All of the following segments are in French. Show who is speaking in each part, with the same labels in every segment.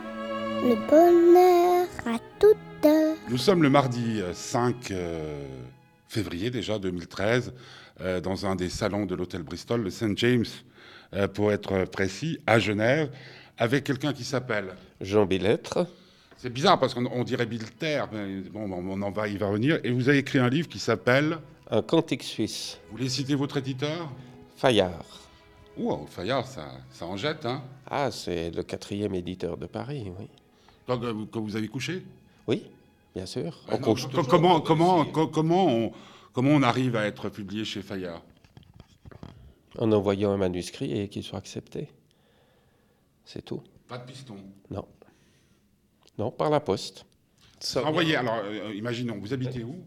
Speaker 1: Le bonheur à toute heure.
Speaker 2: Nous sommes le mardi euh, 5 euh, février déjà 2013 euh, dans un des salons de l'hôtel Bristol, le St James euh, pour être précis, à Genève, avec quelqu'un qui s'appelle.
Speaker 3: Jean Bellettre,
Speaker 2: C'est bizarre parce qu'on on dirait Bilter, mais bon, on en va y va revenir. Et vous avez écrit un livre qui s'appelle.
Speaker 3: un cantique suisse,
Speaker 2: Vous voulez citer votre éditeur
Speaker 3: Fayard.
Speaker 2: Ouh, Fayard, ça, ça en jette, hein
Speaker 3: Ah, c'est le quatrième éditeur de Paris, oui.
Speaker 2: Quand, euh, quand vous avez couché
Speaker 3: Oui, bien sûr.
Speaker 2: Ouais,
Speaker 3: On
Speaker 2: Ah, non,
Speaker 3: couche
Speaker 2: co-
Speaker 3: toujours,
Speaker 2: comment,
Speaker 3: on doit
Speaker 2: comment,
Speaker 3: essayer.
Speaker 2: co- comment, on, comment on arrive à être publié chez Fayard
Speaker 3: En envoyant un manuscrit et qu'il soit accepté. C'est tout.
Speaker 2: Pas de piston.
Speaker 3: Non. Non, par la poste.
Speaker 4: Ça-
Speaker 2: Envoyez, alors, euh, imaginons, vous habitez où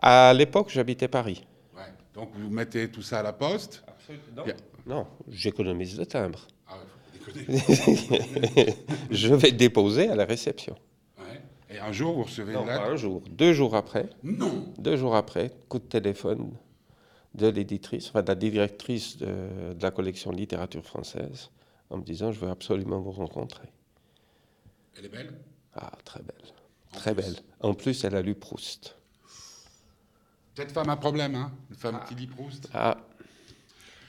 Speaker 3: À l'époque, j'habitais Paris.
Speaker 2: Ouais. Donc vous mettez tout ça à la poste.
Speaker 3: Absolument.
Speaker 2: Bien.
Speaker 3: Non, j'économise le timbre.
Speaker 2: Ah ouais, faut pas déconner.
Speaker 3: Je vais déposer à la réception.
Speaker 2: Ouais. Et un jour vous recevez
Speaker 3: Non,
Speaker 2: une lettre.
Speaker 3: pas un jour, deux jours après,
Speaker 2: Non.
Speaker 3: Deux jours après, coup de téléphone de l'éditrice, enfin de la directrice de, de la collection littérature française, en me disant je veux absolument vous rencontrer.
Speaker 2: Elle est belle.
Speaker 3: Ah, très belle,
Speaker 2: En
Speaker 3: très
Speaker 2: plus.
Speaker 3: belle. En plus, elle a lu Proust.
Speaker 2: Cette femme a un problème, hein Une femme qui dit Proust.
Speaker 3: Ah,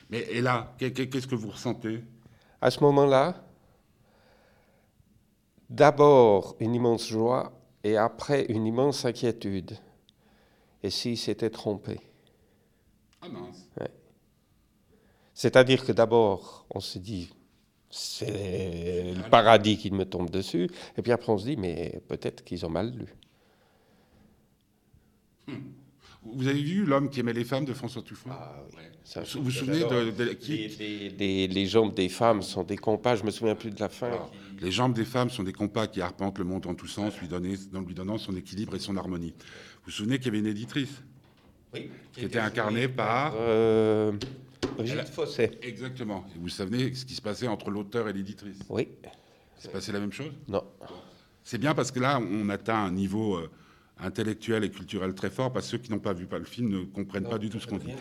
Speaker 2: Mais et là, qu'est- qu'est- qu'est-ce que vous ressentez
Speaker 3: à ce moment-là, d'abord une immense joie et après une immense inquiétude. Et s'il s'était trompé
Speaker 2: Ah mince.
Speaker 3: C'est-à-dire que d'abord, on se dit, c'est le paradis qui me tombe dessus, et puis après on se dit, mais peut-être qu'ils ont mal lu.
Speaker 2: Vous avez vu l'homme qui aimait les femmes de François Truffaut
Speaker 3: Ah oui.
Speaker 2: Ouais.
Speaker 3: Ça,
Speaker 2: Vous vous souvenez de, de- qui
Speaker 3: Les, les- les- les jambes des femmes sont des compas, je me souviens plus de la fin.
Speaker 2: Alors, Les jambes des femmes sont des compas qui arpentent le monde en tous sens, lui, donner- dans- lui donnant son équilibre et son harmonie. Vous vous souvenez qu'il y avait une éditrice qui était incarnée par...
Speaker 3: Euh,
Speaker 2: Elle a-
Speaker 3: Brigitte Fossé.
Speaker 2: Exactement. Et vous savez ce qui se passait entre l'auteur et l'éditrice
Speaker 3: Oui,
Speaker 2: Il s'est passé la même chose
Speaker 3: non.
Speaker 2: C'est bien parce que là, on atteint un niveau euh, intellectuel et culturel très fort, parce que ceux qui n'ont pas vu pas le film ne comprennent pas du tout ce qu'on dit.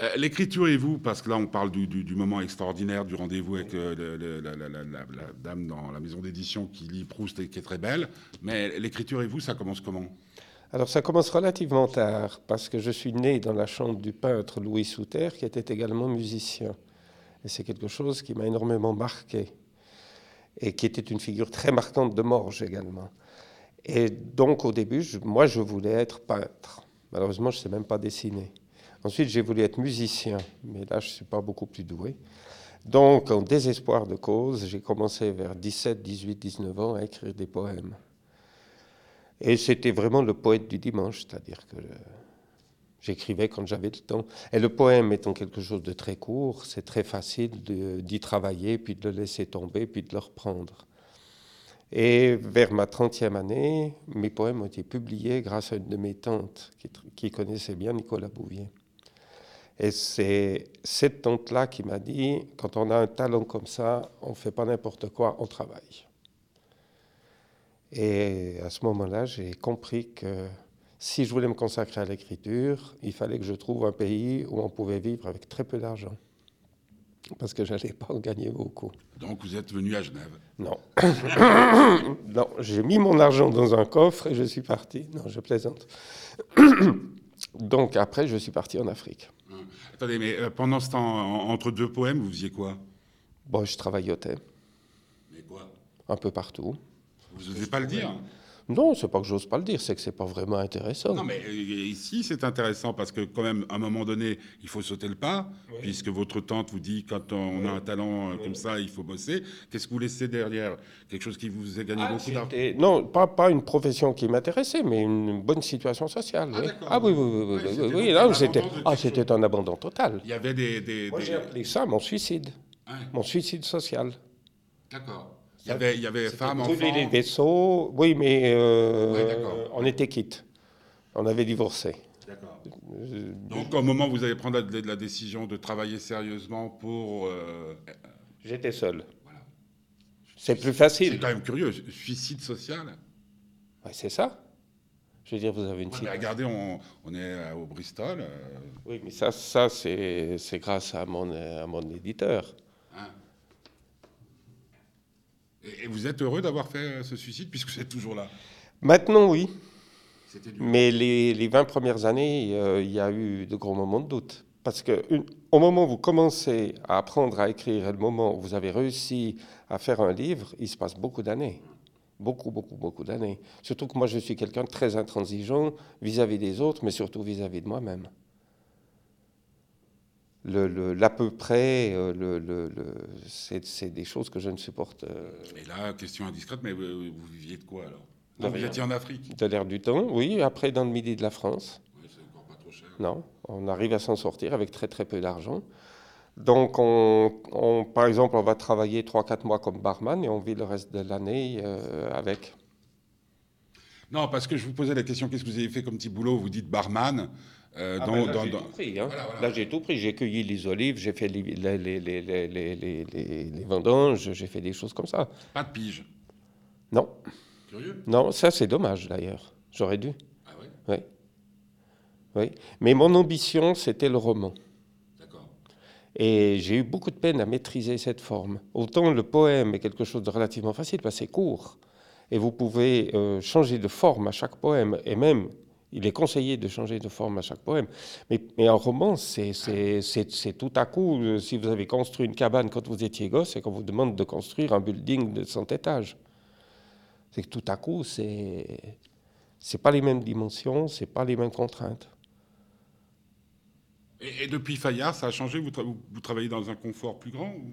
Speaker 2: Euh, L'écriture et vous, parce que là, on parle du, du- du moment extraordinaire du rendez-vous avec euh, le- le- la, la- la- la- la dame dans la maison d'édition qui lit Proust et qui est très belle, mais l'écriture et vous, ça commence comment
Speaker 3: Alors ça commence relativement tard, parce que je suis né dans la chambre du peintre Louis Souter, qui était également musicien. Et c'est quelque chose qui m'a énormément marqué, et qui était une figure très marquante de Morges également. Et donc au début, je- moi je voulais être peintre. Malheureusement, je ne sais même pas dessiner. Ensuite, j'ai voulu être musicien, mais là, je ne suis pas beaucoup plus doué. Donc, en désespoir de cause, j'ai commencé vers 17, 18, 19 ans à écrire des poèmes. Et c'était vraiment le poète du dimanche, c'est-à-dire que euh, j'écrivais quand j'avais le temps. Et le poème étant quelque chose de très court, c'est très facile de- d'y travailler, puis de le laisser tomber, puis de le reprendre. Et vers ma 30e année, mes poèmes ont été publiés grâce à une de mes tantes qui, tr- qui connaissait bien Nicolas Bouvier. Et c'est cette tante-là qui m'a dit, quand on a un talent comme ça, on ne fait pas n'importe quoi, on travaille. Et à ce moment-là, j'ai compris que si je voulais me consacrer à l'écriture, il fallait que je trouve un pays où on pouvait vivre avec très peu d'argent. Parce que je n'allais pas en gagner beaucoup.
Speaker 2: Donc, vous êtes venu à Genève.
Speaker 3: Non. non, j'ai mis mon argent dans un coffre et je suis parti. Non, je plaisante. Donc après, je suis parti en Afrique.
Speaker 2: Attendez, mais euh, pendant ce temps, en- entre deux poèmes, vous faisiez quoi
Speaker 3: Bon, je travaillotais
Speaker 2: Mais quoi
Speaker 3: un peu partout.
Speaker 2: Vous n'osez pas le dire
Speaker 3: Non, c'est pas que j'ose pas le dire, c'est que c'est pas vraiment intéressant.
Speaker 2: Non, mais euh, ici, c'est intéressant parce que, quand même, à un moment donné, il faut sauter le pas, puisque votre tante vous dit quand on a un talent euh, comme ça, il faut bosser. Qu'est-ce que vous laissez derrière Quelque chose qui vous a gagné
Speaker 3: Ah,
Speaker 2: beaucoup d'argent
Speaker 3: c'était- Non, pas, pas une profession qui m'intéressait, mais une bonne situation sociale.
Speaker 2: Ah,
Speaker 3: oui.
Speaker 2: d'accord.
Speaker 3: Ah oui, oui, oui, oui,
Speaker 2: Oui,
Speaker 3: oui,
Speaker 2: c'était
Speaker 3: oui,
Speaker 2: donc
Speaker 3: là,
Speaker 2: un
Speaker 3: c'était
Speaker 2: abandon de
Speaker 3: ah,
Speaker 2: quelque
Speaker 3: c'était un abandon total.
Speaker 2: Il y avait des. des-
Speaker 3: Moi,
Speaker 2: des-
Speaker 3: j'ai appelé ça mon suicide,
Speaker 2: Ouais,
Speaker 3: mon suicide social.
Speaker 2: D'accord. Il y avait, il y avait femmes, enfants.
Speaker 3: Brûler les vaisseaux, oui, mais euh,
Speaker 2: Oui, d'accord.
Speaker 3: on était quittes. On avait divorcé.
Speaker 2: D'accord.
Speaker 3: Euh,
Speaker 2: Donc, au moment où vous allez prendre la, la décision de travailler sérieusement pour. euh,
Speaker 3: J'étais seul.
Speaker 2: Voilà.
Speaker 3: C'est plus
Speaker 2: c'est
Speaker 3: facile.
Speaker 2: quand même curieux, suicide social.
Speaker 3: Ouais, C'est ça. Je veux dire, vous avez une
Speaker 2: Ouais,
Speaker 3: fille.
Speaker 2: mais regardez, on, on est euh, au Bristol. euh,
Speaker 3: Oui, mais ça, ça c'est euh, c'est grâce à mon, à mon éditeur.
Speaker 2: hein. Et, et vous êtes heureux d'avoir fait euh, ce suicide puisque vous êtes toujours là
Speaker 3: Maintenant, oui.
Speaker 2: C'était dur.
Speaker 3: Mais les, les 20 premières années, euh, il y a eu de gros moments de doute. Parce que une- au moment où vous commencez à apprendre à écrire et le moment où vous avez réussi à faire un livre, il se passe beaucoup d'années. Beaucoup, beaucoup, beaucoup d'années. Surtout que moi, je suis quelqu'un de très intransigeant vis-à-vis des autres, mais surtout vis-à-vis de moi-même. Le, le- l'à peu près, euh, le, le- le- c'est, c'est des choses que je ne supporte euh,
Speaker 2: Et là, question indiscrète, mais euh, vous viviez de quoi alors
Speaker 3: De
Speaker 2: Ah, Vous
Speaker 3: rien.
Speaker 2: étiez en Afrique
Speaker 3: de l'air du temps. Oui, après, dans le midi de la France.
Speaker 2: Ouais, C'est encore pas trop cher.
Speaker 3: Non, on arrive à s'en sortir avec très très peu d'argent. Donc, on, on- par exemple, on va travailler 3-4 mois comme barman et on vit le reste de l'année euh, avec.
Speaker 2: Non, parce que je vous posais la question qu'est-ce que vous avez fait comme petit boulot Vous dites barman. euh, dans-
Speaker 3: là,
Speaker 2: dans-
Speaker 3: Ah j'ai
Speaker 2: dans-
Speaker 3: tout pris, hein.
Speaker 2: Voilà, voilà.
Speaker 3: Là, j'ai tout pris. J'ai cueilli les olives, j'ai fait les, les, les- les- les- les- les- les- les vendanges, j'ai fait des choses comme ça.
Speaker 2: Pas de pige.
Speaker 3: Non,
Speaker 2: Curieux
Speaker 3: non, ça c'est dommage d'ailleurs. J'aurais dû.
Speaker 2: Ah ouais
Speaker 3: Oui. Oui. Mais mon ambition, c'était le roman.
Speaker 2: D'accord.
Speaker 3: Et j'ai eu beaucoup de peine à maîtriser cette forme. Autant le poème est quelque chose de relativement facile, parce que c'est court. Et vous pouvez euh, changer de forme à chaque poème. Et même, il est conseillé de changer de forme à chaque poème. Mais, mais un roman, c'est- c'est c'est- c'est tout à coup. euh, Si vous avez construit une cabane quand vous étiez gosse et qu'on vous demande de construire un building de 100 étages, c'est que tout à coup, c'est c'est pas les mêmes dimensions, c'est pas les mêmes contraintes.
Speaker 2: Et, et depuis Fayard, ça a changé vous, tra- vous- vous travaillez dans un confort plus grand ou-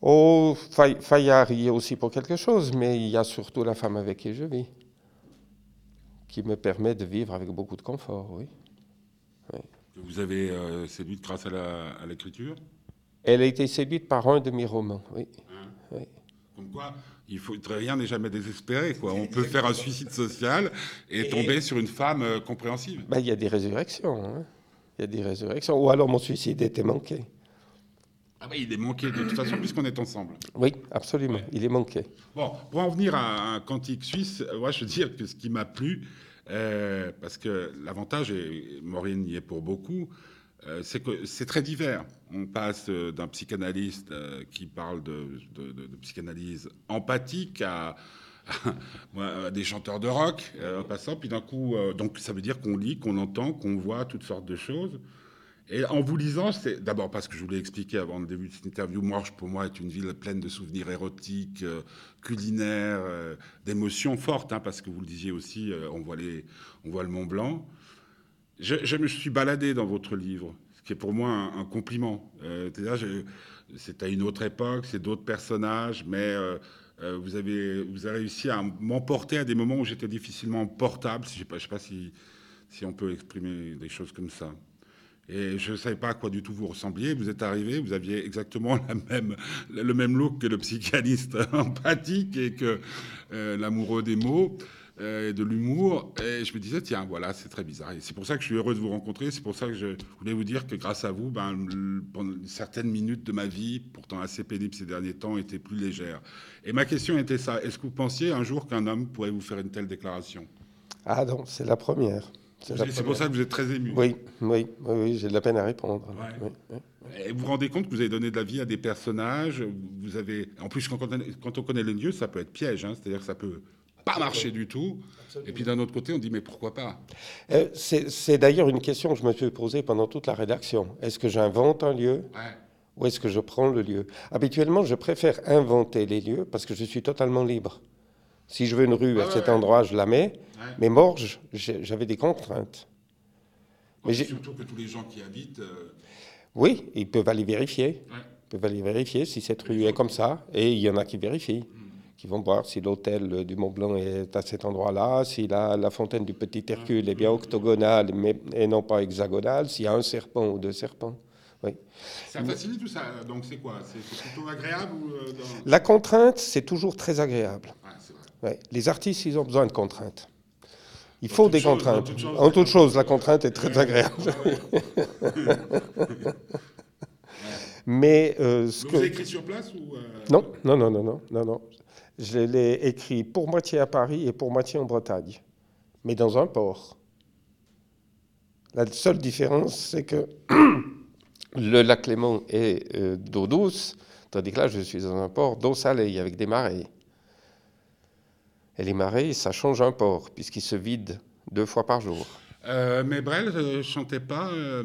Speaker 3: Oh, Fay- Fayard y est aussi pour quelque chose, mais il y a surtout la femme avec qui je vis, qui me permet de vivre avec beaucoup de confort, oui.
Speaker 2: que Vous avez euh, séduite grâce à la- à l'écriture
Speaker 3: Elle a été séduite par un de mes romans, oui.
Speaker 2: Comme quoi, il faut, rien n'est jamais désespéré. Quoi. On peut faire un suicide social et tomber sur une femme euh, compréhensive.
Speaker 3: Ben, il y a des résurrections, hein. Il y a des résurrections. Ou alors mon suicide était manqué.
Speaker 2: Ah oui, il est manqué de toute façon puisqu'on est ensemble.
Speaker 3: Oui, absolument, il est manqué.
Speaker 2: Bon, pour en venir à un cantique suisse, euh, moi je veux dire que ce qui m'a plu, euh, parce que l'avantage, et Maureen y est pour beaucoup, euh, c'est que c'est très divers. On passe euh, d'un psychanalyste euh, qui parle de, de- de- de psychanalyse empathique à, à- à des chanteurs de rock euh, en passant, puis d'un coup, euh, donc ça veut dire qu'on lit, qu'on entend, qu'on voit toutes sortes de choses. Et en vous lisant, c'est d'abord parce que je vous l'ai expliqué avant le début de cette interview, Morges pour moi est une ville pleine de souvenirs érotiques, euh, culinaires, euh, d'émotions fortes, hein, parce que vous le disiez aussi, euh, on, voit les, on voit le Mont Blanc. Je, je me suis baladé dans votre livre, ce qui est pour moi un, un compliment. Euh, c'est-à-dire, je- c'est à une autre époque, c'est d'autres personnages, mais euh, euh, vous, avez, vous avez réussi à m'emporter à des moments où j'étais difficilement portable. Si- Je ne sais pas, je sais pas si, si on peut exprimer des choses comme ça. Et je ne savais pas à quoi du tout vous ressembliez. Vous êtes arrivé, vous aviez exactement la même, le même look que le psychanalyste empathique et que euh, l'amoureux des mots euh, et de l'humour. Et je me disais, tiens, voilà, c'est très bizarre. Et c'est pour ça que je suis heureux de vous rencontrer. C'est pour ça que je voulais vous dire que grâce à vous, ben, le- pendant certaines minutes de ma vie, pourtant assez pénible ces derniers temps, étaient plus légères. Et ma question était ça. Est-ce que vous pensiez un jour qu'un homme pourrait vous faire une telle déclaration
Speaker 3: Ah non, c'est la première. C'est la
Speaker 2: C'est pour ça que vous êtes très ému.
Speaker 3: Oui, oui, oui, oui, j'ai de la peine à répondre.
Speaker 2: Ouais.
Speaker 3: Oui, oui.
Speaker 2: Et vous vous rendez compte que vous avez donné de la vie à des personnages, vous avez... En plus, quand on connaît, quand on connaît les lieux, ça peut être piège, hein, c'est-à-dire que ça peut pas marcher du tout. Et puis d'un autre côté, on dit, mais pourquoi pas
Speaker 3: Euh, C'est c'est d'ailleurs une question que je me suis posée pendant toute la rédaction. Est-ce que j'invente un lieu
Speaker 2: Ouais.
Speaker 3: Où est-ce que je prends le lieu Habituellement, je préfère inventer les lieux parce que je suis totalement libre. Si je veux une rue
Speaker 2: Ah
Speaker 3: à
Speaker 2: ouais,
Speaker 3: cet
Speaker 2: ouais.
Speaker 3: endroit, je la mets.
Speaker 2: Ouais.
Speaker 3: Mais Morges, j'ai- j'avais des contraintes. Mais j'ai-
Speaker 2: Surtout que tous les gens qui habitent... euh,
Speaker 3: Oui, ils peuvent aller vérifier.
Speaker 2: ouais.
Speaker 3: Ils peuvent aller vérifier si cette rue est comme ça. Et il y en a qui vérifient, qui vont voir si l'hôtel euh, du Mont-Blanc est à cet endroit-là, si la, la fontaine du Petit Hercule est bien octogonale mais, et non pas hexagonale, s'il y a un serpent ou deux serpents. Oui.
Speaker 2: Ça facilite tout ça, donc c'est quoi C'est c'est plutôt agréable ou... euh, dans-
Speaker 3: La contrainte, c'est toujours très agréable.
Speaker 2: Ouais, c'est vrai.
Speaker 3: Ouais, Les artistes, ils ont besoin de contraintes. Il faut
Speaker 2: toute
Speaker 3: des
Speaker 2: chose,
Speaker 3: contraintes.
Speaker 2: dans toute chose,
Speaker 3: en toute chose, la contrainte est très agréable.
Speaker 2: Ah
Speaker 3: Mais euh, ce
Speaker 2: Vous
Speaker 3: que...
Speaker 2: avez écrit sur place ou... euh,
Speaker 3: Non, non, non, non, non, non, non. Je l'ai écrit pour moitié à Paris et pour moitié en Bretagne, mais dans un port. La seule différence, c'est que Le lac Léman est euh, d'eau douce, tandis que là, je suis dans un port d'eau salée, avec des marées. Et les marées, ça change un port, puisqu'il se vide deux fois par jour.
Speaker 2: Euh, mais Brel ne chantait pas euh, euh,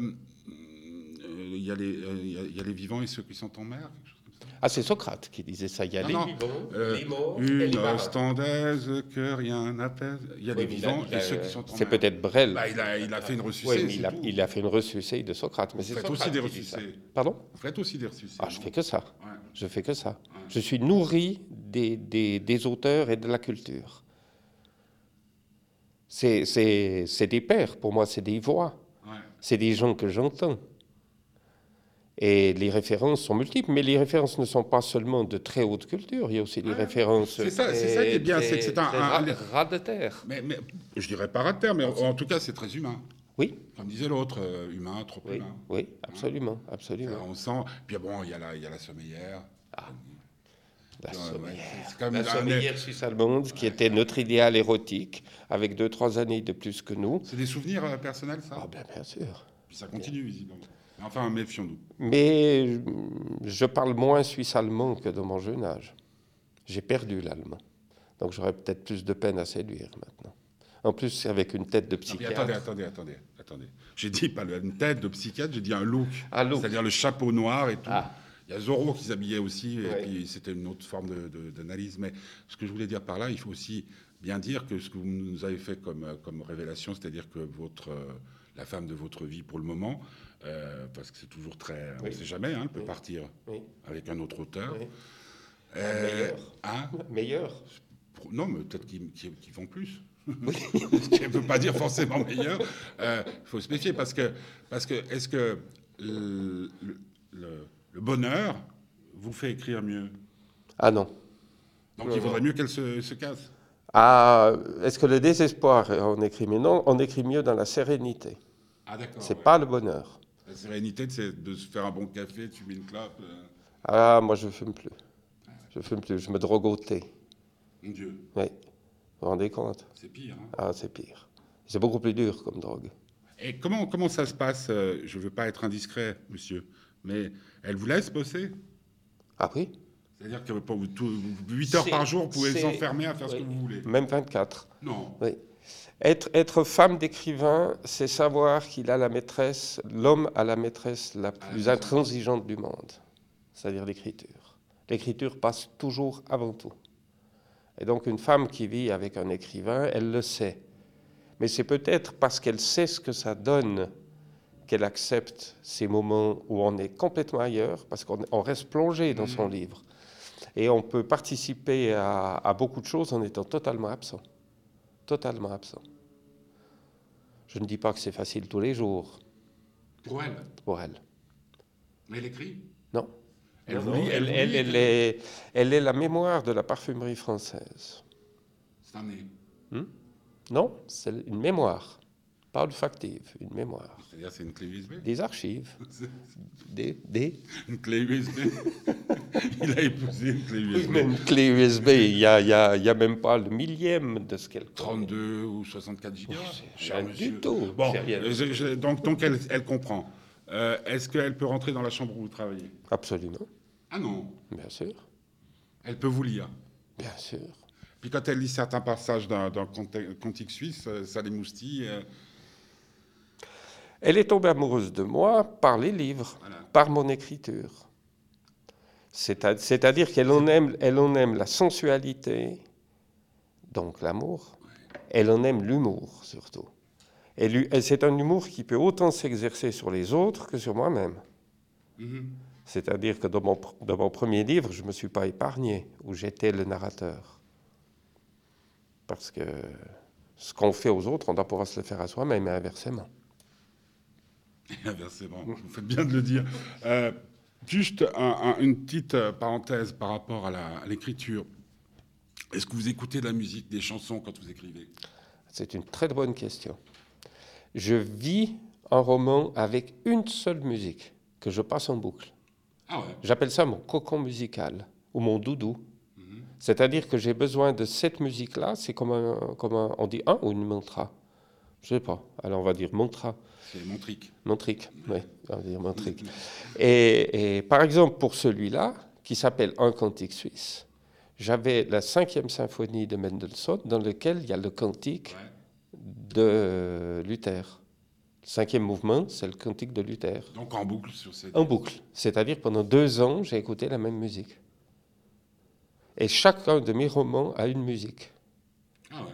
Speaker 2: Il y, a les- euh, il y a- il y a les vivants et ceux qui sont en mer quelque chose comme ça.
Speaker 3: Ah, c'est Socrate qui disait ça. Il y a
Speaker 2: Non,
Speaker 3: les
Speaker 2: non,
Speaker 3: vivants,
Speaker 2: euh,
Speaker 3: les morts et les
Speaker 2: Une
Speaker 3: marins.
Speaker 2: euh, standaise que rien n'apaise. Il y a
Speaker 3: Oui,
Speaker 2: les
Speaker 3: mais il a-
Speaker 2: vivants
Speaker 3: il a- euh,
Speaker 2: et ceux qui sont en mer.
Speaker 3: C'est peut-être Brel.
Speaker 2: Bah, il, a, il a fait une ressucée.
Speaker 3: Oui, mais
Speaker 2: c'est
Speaker 3: il, a,
Speaker 2: tout.
Speaker 3: il a fait une ressucée de Socrate. Mais
Speaker 2: Vous
Speaker 3: c'est
Speaker 2: faites
Speaker 3: Socrate
Speaker 2: aussi des
Speaker 3: qui dit ça.
Speaker 2: ressucées.
Speaker 3: Pardon
Speaker 2: Vous faites aussi des ressucées.
Speaker 3: Ah, je
Speaker 2: non
Speaker 3: fais que ça.
Speaker 2: Ouais.
Speaker 3: Je fais que ça. Je suis nourri des, des- des auteurs et de la culture. C'est- C'est c'est des pères, pour moi, c'est des voix.
Speaker 2: Ouais.
Speaker 3: C'est des gens que j'entends. Et les références sont multiples, mais les références ne sont pas seulement de très haute culture, il y a aussi des
Speaker 2: Ouais.
Speaker 3: références.
Speaker 2: C'est ça- c'est ça qui est bien, c'est que c'est un-
Speaker 3: très
Speaker 2: un-
Speaker 3: ras- ras de terre.
Speaker 2: Mais, mais je dirais pas rat de terre, mais en, en tout cas, c'est très humain.
Speaker 3: Oui,
Speaker 2: Comme disait l'autre, euh, humain, trop
Speaker 3: oui,
Speaker 2: humain.
Speaker 3: oui, absolument,
Speaker 2: Alors,
Speaker 3: absolument.
Speaker 2: on sent. Puis bon, il y a la, il y a la sommeillère.
Speaker 3: La
Speaker 2: Ouais, ouais,
Speaker 3: sommeillère.
Speaker 2: c'est- c'est quand même
Speaker 3: La
Speaker 2: un-
Speaker 3: sommeillère suisse-allemande, qui était notre idéal érotique, avec deux, trois années de plus que nous.
Speaker 2: C'est des souvenirs euh, personnels, ça
Speaker 3: Ah, ben, bien sûr.
Speaker 2: Puis ça continue, visiblement. Enfin, méfions-nous.
Speaker 3: Mais euh, je parle moins suisse-allemand que dans mon jeune âge. J'ai perdu l'allemand. Donc j'aurais peut-être plus de peine à séduire maintenant. En plus, c'est avec une tête de
Speaker 2: Non, Ah, mais
Speaker 3: psychiatre.
Speaker 2: attendez, attendez, attendez, attendez. J'ai dit pas le- une tête de psychiatre, j'ai dit un look.
Speaker 3: Un look.
Speaker 2: C'est-à-dire le chapeau noir et tout.
Speaker 3: Ah.
Speaker 2: Il y a Zorro qui s'habillait aussi, et
Speaker 3: Ouais.
Speaker 2: puis c'était une autre forme de- de- d'analyse. Mais ce que je voulais dire par là, il faut aussi bien dire que ce que vous nous avez fait comme, euh, comme révélation, c'est-à-dire que votre, euh, la femme de votre vie pour le moment, euh, parce que c'est toujours très... On ne
Speaker 3: Oui.
Speaker 2: sait jamais, hein, elle peut
Speaker 3: Oui.
Speaker 2: partir
Speaker 3: Oui,
Speaker 2: avec un autre auteur.
Speaker 3: oui.
Speaker 2: Euh,
Speaker 3: Meilleur.
Speaker 2: hein
Speaker 3: Meilleur.
Speaker 2: Pro- Non, mais peut-être qu'ils qu'ils- qu'ils font plus. Ce qui ne veut pas dire forcément meilleur. Il faut se méfier parce que, parce que est-ce que le, le- le bonheur vous fait écrire mieux
Speaker 3: Ah non.
Speaker 2: Donc
Speaker 3: Ouais,
Speaker 2: il vaudrait
Speaker 3: ouais.
Speaker 2: mieux qu'elle se, se casse.
Speaker 3: Ah, est-ce que le désespoir, on écrit mieux Non, on écrit mieux dans la sérénité.
Speaker 2: Ah d'accord.
Speaker 3: C'est
Speaker 2: ouais.
Speaker 3: pas le bonheur.
Speaker 2: La sérénité, c'est de se faire un bon café, de fumer une clope. euh,
Speaker 3: Ah, moi je fume plus. Je fume plus, je me drogue au thé.
Speaker 2: Mon Dieu,
Speaker 3: Oui. Vous vous rendez compte
Speaker 2: c'est pire. hein.
Speaker 3: Ah, c'est pire. C'est beaucoup plus dur comme drogue.
Speaker 2: Et comment, comment ça se passe euh, Je ne veux pas être indiscret, monsieur, mais elle vous laisse bosser
Speaker 3: Ah oui
Speaker 2: c'est-à-dire que 8 heures
Speaker 3: C'est-
Speaker 2: par jour, vous pouvez
Speaker 3: c'est-
Speaker 2: vous enfermer à faire ce
Speaker 3: oui.
Speaker 2: que vous voulez.
Speaker 3: Même 24.
Speaker 2: Non.
Speaker 3: Oui. Être, être femme d'écrivain, c'est savoir qu'il a la maîtresse, l'homme a la maîtresse la plus
Speaker 2: maison.
Speaker 3: intransigeante du monde, c'est-à-dire l'écriture. L'écriture passe toujours avant tout. Et donc une femme qui vit avec un écrivain, elle le sait. Mais c'est peut-être parce qu'elle sait ce que ça donne qu'elle accepte ces moments où on est complètement ailleurs, parce qu'on on reste plongé dans son livre. Et on peut participer à, à beaucoup de choses en étant totalement absent. Totalement absent. Je ne dis pas que c'est facile tous les jours
Speaker 2: Pour elle
Speaker 3: pour elle.
Speaker 2: Mais elle écrit
Speaker 3: Non.
Speaker 2: Elle
Speaker 3: Non,
Speaker 2: vous
Speaker 3: non,
Speaker 2: lit,
Speaker 3: elle,
Speaker 2: vous
Speaker 3: elle-
Speaker 2: lit,
Speaker 3: elle est, elle est la mémoire de la parfumerie française.
Speaker 2: cette année.
Speaker 3: Non, c'est une mémoire. Pas olfactive, une mémoire.
Speaker 2: C'est-à-dire, c'est une clé USB.
Speaker 3: Des archives. Des, des...
Speaker 2: Une clé USB. Il a épousé une clé
Speaker 3: Oui,
Speaker 2: USB.
Speaker 3: mais une clé USB, il n'y a, il y a- il y a même pas le millième de ce qu'elle
Speaker 2: 32 ou 64 gigas.
Speaker 3: c'est rien du tout.
Speaker 2: Bon,
Speaker 3: C'est rien.
Speaker 2: euh, je- je- donc, donc elle, elle comprend. Euh, Est-ce qu'elle peut rentrer dans la chambre où vous travaillez
Speaker 3: Absolument,
Speaker 2: Ah non,
Speaker 3: bien sûr,
Speaker 2: elle peut vous lire.
Speaker 3: bien sûr.
Speaker 2: Puis quand elle lit certains passages d'un d'un conte- cantique suisse, euh, ça les moustille. euh,
Speaker 3: Elle est tombée amoureuse de moi par les livres,
Speaker 2: voilà.
Speaker 3: par mon écriture. C'est à- C'est-à-dire qu'elle en aime, elle en aime la sensualité, donc l'amour. Elle en aime l'humour surtout. Et lui- et c'est un humour qui peut autant s'exercer sur les autres que sur moi-même.
Speaker 2: Mhm.
Speaker 3: C'est-à-dire que dans mon, pr- dans mon premier livre, je ne me suis pas épargné, où j'étais le narrateur. Parce que ce qu'on fait aux autres, on doit pouvoir se le faire à soi-même et inversement.
Speaker 2: Inversement, vous faites bien de le dire. Euh, juste un- un- une petite euh, parenthèse par rapport à la- à l'écriture. Est-ce que vous écoutez de la musique, des chansons quand vous écrivez
Speaker 3: C'est une très bonne question. Je vis un roman avec une seule musique que je passe en boucle.
Speaker 2: Ah ouais
Speaker 3: J'appelle ça mon cocon musical ou mon doudou. C'est-à-dire que j'ai besoin de cette musique-là, c'est comme, un- comme un- on dit un ou une mantra. Je ne sais pas. Alors on va dire Montra.
Speaker 2: C'est Montric.
Speaker 3: Montric, oui, on va dire Montric. Et, et par exemple, pour celui-là, qui s'appelle Un cantique suisse, j'avais la cinquième symphonie de Mendelssohn, dans laquelle il y a le cantique de Luther. Le cinquième mouvement, c'est le cantique de Luther.
Speaker 2: Donc en boucle sur cette.
Speaker 3: En boucle. C'est-à-dire pendant deux ans, j'ai écouté la même musique. Et chacun de mes romans a une musique.
Speaker 2: Ah ouais.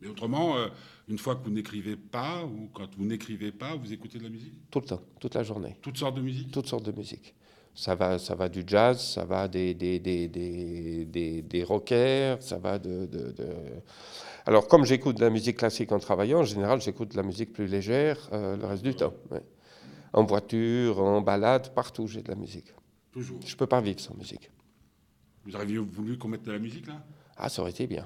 Speaker 2: Mais autrement, euh, une fois que vous n'écrivez pas, ou quand vous n'écrivez pas, vous écoutez de la musique
Speaker 3: Tout le temps, toute la journée.
Speaker 2: Toutes sortes de musique
Speaker 3: Toutes sortes de musique. Ça va, ça va du jazz, ça va des, des, des, des, des, des rockers, ça va de, de- de- Alors, comme j'écoute de la musique classique en travaillant, en général, j'écoute de la musique plus légère euh, le reste du temps. ouais. En voiture, en balade, partout, j'ai de la musique.
Speaker 2: Toujours.
Speaker 3: Je ne peux pas vivre sans musique.
Speaker 2: Vous auriez voulu qu'on mette de la musique là
Speaker 3: Ah, ça aurait été bien.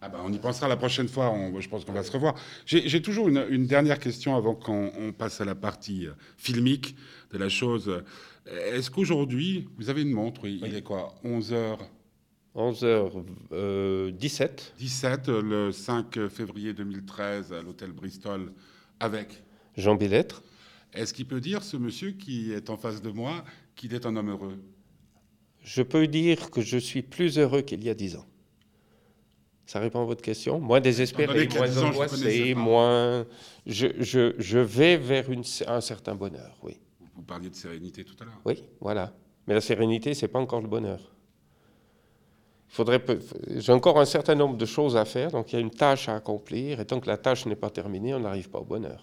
Speaker 2: Ah bah, on y pensera la prochaine fois, on- je pense qu'on va se revoir. J'ai j'ai toujours une, une dernière question avant qu'on on passe à la partie euh, filmique de la chose. Euh, Est-ce qu'aujourd'hui, vous avez une montre, il, il est quoi 11h17
Speaker 3: euh, 11h17,
Speaker 2: le 5 février 2013 à l'hôtel Bristol avec.
Speaker 3: Jean Billettre.
Speaker 2: Est-ce qu'il peut dire, ce monsieur qui est en face de moi, qu'il est un homme heureux
Speaker 3: Je peux dire que je suis plus heureux qu'il y a dix ans. Ça répond à votre question Moins
Speaker 2: donné
Speaker 3: désespéré,
Speaker 2: qu'il y a
Speaker 3: moins
Speaker 2: 10 ans, je connaissais
Speaker 3: angoissé,
Speaker 2: pas.
Speaker 3: moins... Je, je- je vais vers une- un certain bonheur, oui.
Speaker 2: Vous- Vous parliez de sérénité tout à l'heure.
Speaker 3: Oui, voilà. Mais la sérénité, c'est pas encore le bonheur. Il faudrait... peu- J'ai encore un certain nombre de choses à faire, donc il y a une tâche à accomplir, et tant que la tâche n'est pas terminée, on n'arrive pas au bonheur.